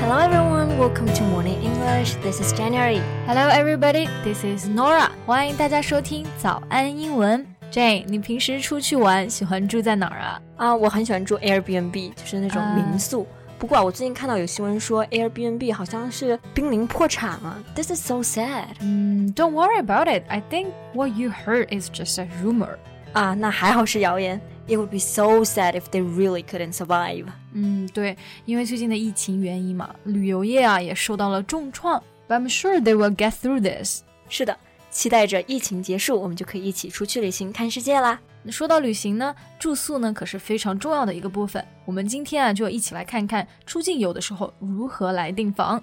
Hello everyone, welcome to Morning English. This is January. Hello, everybody. This is Nora. 欢迎大家收听早安英文。Jane，你平时出去玩喜欢住在哪儿啊？啊、我很喜欢住 Airbnb，就是那种啊民宿。不过啊我最近看到有新闻说 Airbnb 好像是濒临破产了，This is so sad 嗯，Don't worry about it. I think what you heard is just a rumor. 啊！那还好是谣言，It would be so sad if they really couldn't survive 嗯，对，因为最近的疫情原因嘛，旅游业啊也受到了重创。But I'm sure they will get through this. 是的，期待着疫情结束，我们就可以一起出去旅行看世界啦！说到旅行呢，住宿呢可是非常重要的一个部分。我们今天啊就一起来看看出境游的时候如何来订房。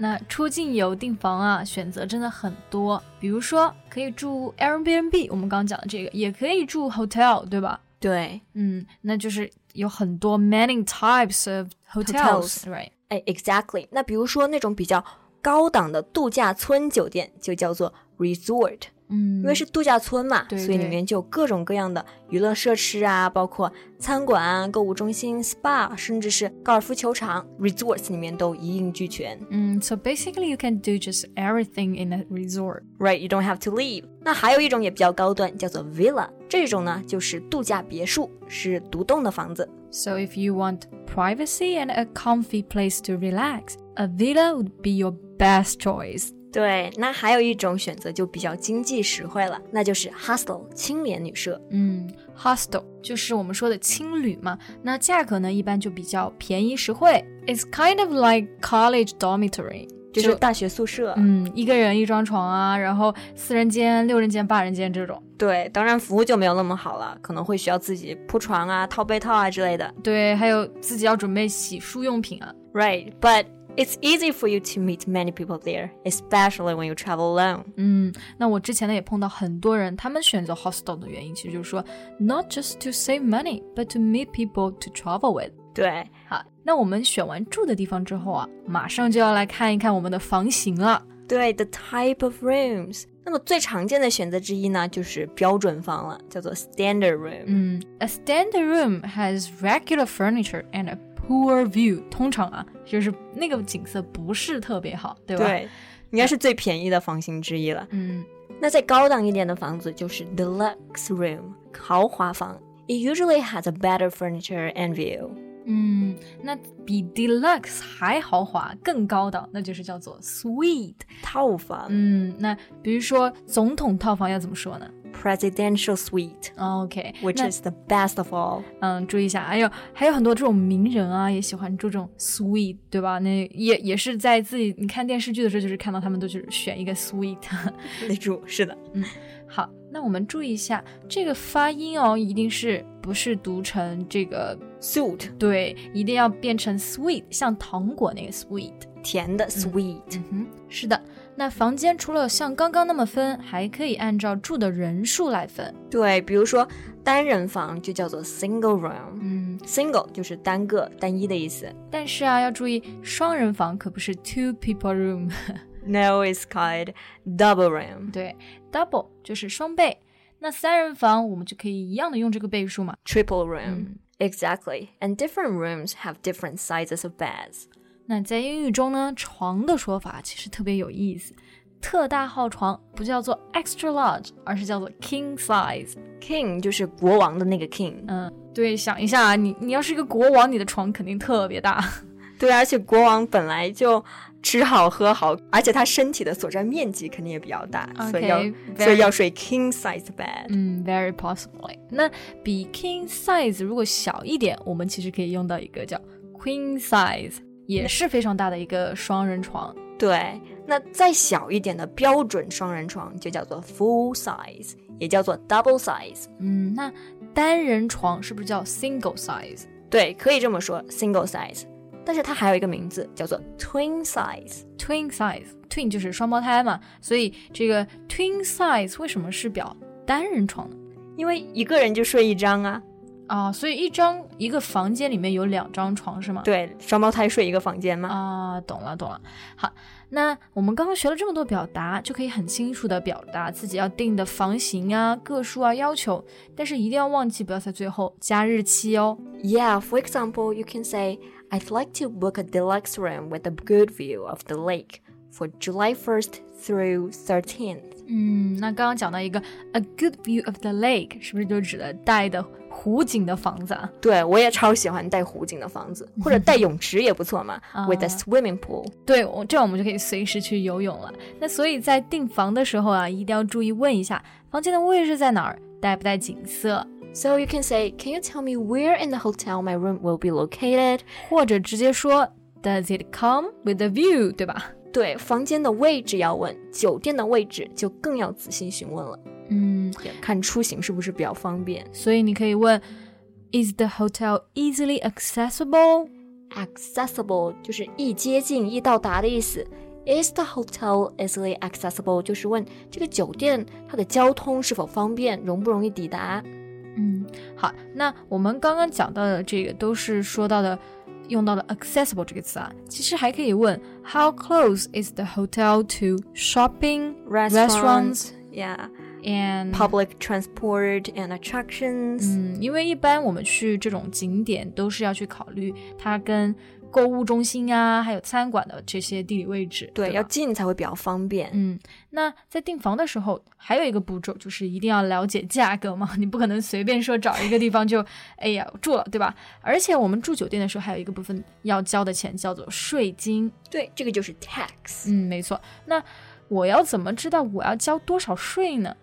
那出境游订房啊，选择真的很多，比如说可以住 Airbnb，我们刚刚讲的这个，也可以住 hotel，对吧？对，嗯，那就是有很多 many types of Hotels hotels，right？哎，exactly。那比如说那种比较高档的度假村酒店，就叫做 resort。嗯，因为是度假村嘛，对所以里对面就有各种各样的娱乐设施啊，包括餐馆啊、购物中心、SPA，甚至是高尔夫球场，resorts 里面都一应俱全。嗯，so basically you can do just everything in a resort。 Right, you don't have to leave。那还有一种也比较高端，叫做 villa，这种呢就是度假别墅，是独栋的房子。 So if you want privacy and a comfy place to relax, a villa would be your best choice. 对，那还有一种选择就比较经济实惠了，那就是 hostel 青年旅社。嗯，hostel 就是我们说的青旅嘛，那价格呢一般就比较便宜实惠。It's kind of like college dormitory，就是大学宿舍，嗯一个人一张床啊，然后四人间、六人间、八人间这种。对，当然服务就没有那么好了，可能会需要自己铺床啊、套被套啊之类的。对，还有自己要准备洗漱用品啊。 Right, but it's easy for you to meet many people there, especially when you travel alone. 嗯，那我之前呢也碰到很多人，他们选择 hostel 的原因其实就是说，not just to save money, but to meet people to travel with。对，好，那我们选完住的地方之后啊，马上就要来看一看我们的房型了。对，the type of rooms。那么最常见的选择之一呢，就是标准房了，叫做 standard room。嗯，a standard room has regular furniture and a poor view。通常啊，就是那个景色不是特别好，对吧？，对，应该是最便宜的房型之一了。嗯那再高档一点的房子就是 deluxe room，豪华房。It usually has a better furniture and view。嗯，那比 deluxe 还豪华、更高档，那就是叫做 suite。套房、嗯，那比如说总统套房要怎么说呢哦 （presidential suite）。 ？OK， Which 那 is the best of all？嗯，注意一下，还有还有很多这种名人啊，也喜欢住这种 suite，对吧？那也也是在自己你看电视剧的时候，就是看到他们都是选一个 suite。那住 是的，好，那我们注意一下这个发音哦，一定是不是读成这个 suit 对，一定要变成 sweet，像糖果那个 sweet。甜的 sweet，、嗯哼，是的。那房间除了像刚刚那么分，还可以按照住的人数来分。对，比如说单人房就叫做 single room。嗯， Single 就是单个、单一的意思。但是啊，要注意双人房可不是 two people room， No, it's called double room. 对，double 就是双倍。那三人房我们就可以一样的用这个倍数嘛。 Triple 嗯 room. Exactly. And different rooms have different sizes of beds. 那在英语中呢，床的说法其实特别有意思。特大号床不叫做 extra large，而是叫做 king size。 King 就是国王的那个 king。嗯，对，想一下啊，你你要是一个国王，你的床肯定特别大。 对，而且国王本来就吃好喝好，而且他身体的所占面积肯定也比较大 OK，所以要 very- 所以要睡 king size bed。嗯，very possibly。那比 king size 如果小一点，我们其实可以用到一个叫 queen size，也是非常大的一个双人床。对，那再小一点的标准双人床就叫做 full size，也叫做 double size。嗯，那单人床是不是叫 single size？对，可以这么说，single size。但是它还有一个名字叫做 twin size。 twin size。twin 就是双胞胎嘛，所以这个 twin size 为什么是表单人床呢？因为一个人就睡一张啊。啊，所以一张一个房间里面有两张床是吗？对，双胞胎睡一个房间嘛。啊，懂了懂了。好，那我们刚刚学了这么多表达，就可以很清楚的表达自己要定的房型啊、个数啊要求，但是一定要忘记不要在最后加日期哦。 Yeah, for example, you can say, I'd like to book a deluxe room with a good view of the lake for July 1st through 13th. 嗯，那刚刚讲到一个 a good view of the lake，是不是就指的带的湖景的房子啊？对我也超喜欢带湖景的房子，或者带泳池也不错嘛。With a swimming pool，对，我这样我们就可以随时去游泳了。那所以在订房的时候啊，一定要注意问一下房间的位置在哪儿，带不带景色， so you can say, Can you tell me where in the hotel my room will be located？或者直接说 Does it come with a view，对吧？对，房间的位置要问，酒店的位置就更要仔细询问了，嗯，看出行是不是比较方便。所以你可以问 Is the hotel easily accessible？ accessible 就是易接近、易到达的意思。Is the hotel easily accessible？就是问这个酒店它的交通是否方便，容不容易抵达。嗯，好，那我们刚刚讲到的这个都是说到的，用到了 accessible 这个词啊，其实还可以问 How close is the hotel to shopping restaurants yeah, and public transport and attractions. 嗯，因为一般我们去这种景点都是要去考虑它跟购物中心啊，还有餐馆的这些地理位置。对，吧要近才会比较方便。嗯，那在订房的时候，还有一个步骤就是一定要了解价格嘛，你不可能随便说找一个地方就，哎呀住了，对吧？而且我们住酒店的时候，还有一个部分要交的钱叫做税金。对，这个就是 tax. 嗯，没错。那我要怎么知道我要交多少税呢？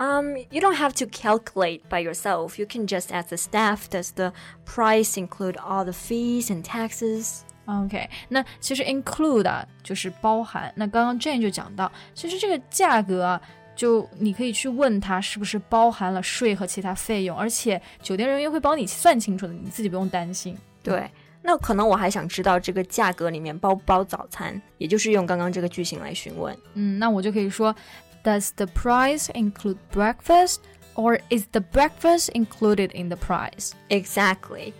Um, you don't have to calculate by yourself. You can just ask the staff. Does the price include all the fees and taxes? OK，那其实 include 啊，就是包含。那刚刚 Jane 就讲到，其实这个价格啊，就你可以去问他是不是包含了税和其他费用，而且酒店人员会帮你算清楚的，你自己不用担心。Mm. 对，那可能我还想知道这个价格里面包不包早餐，也就是用刚刚这个句型来询问。嗯，那我就可以说，Does the price include breakfast, or is the breakfast included in the price？ Exactly。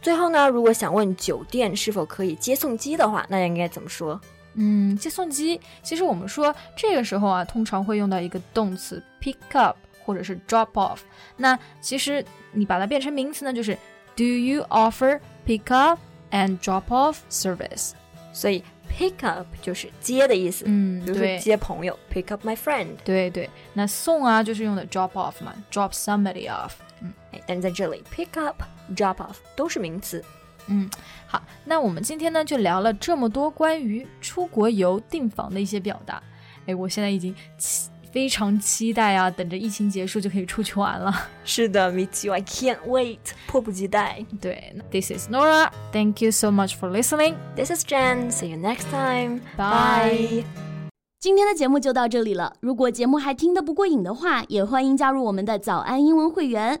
最后呢，如果想问酒店是否可以接送机的话，那应该怎么说？嗯，接送机，其实我们说这个时候啊，通常会用到一个动词 pick up 或者是 drop off。那其实你把它变成名词呢，就是 Do you offer pick up and drop off service？所以 pick up 就是接的意思，嗯，比如说对。接朋友，pick up my friend。对对，那送啊就是用的 drop off 嘛，drop somebody off。嗯哎，但是在这里 pick up、drop off 都是名词。好，那我们今天呢就聊了这么多关于出国游订房的一些表达。哎，我现在已经期非常期待啊，等着疫情结束就可以出去玩了。是的，Me too，I can't wait，迫不及待。对那，This is Nora. Thank you so much for listening. This is Jen，see you next time， Bye. 今天的节目就到这里了。如果节目还听得不过瘾的话，也欢迎加入我们的早安英文会员。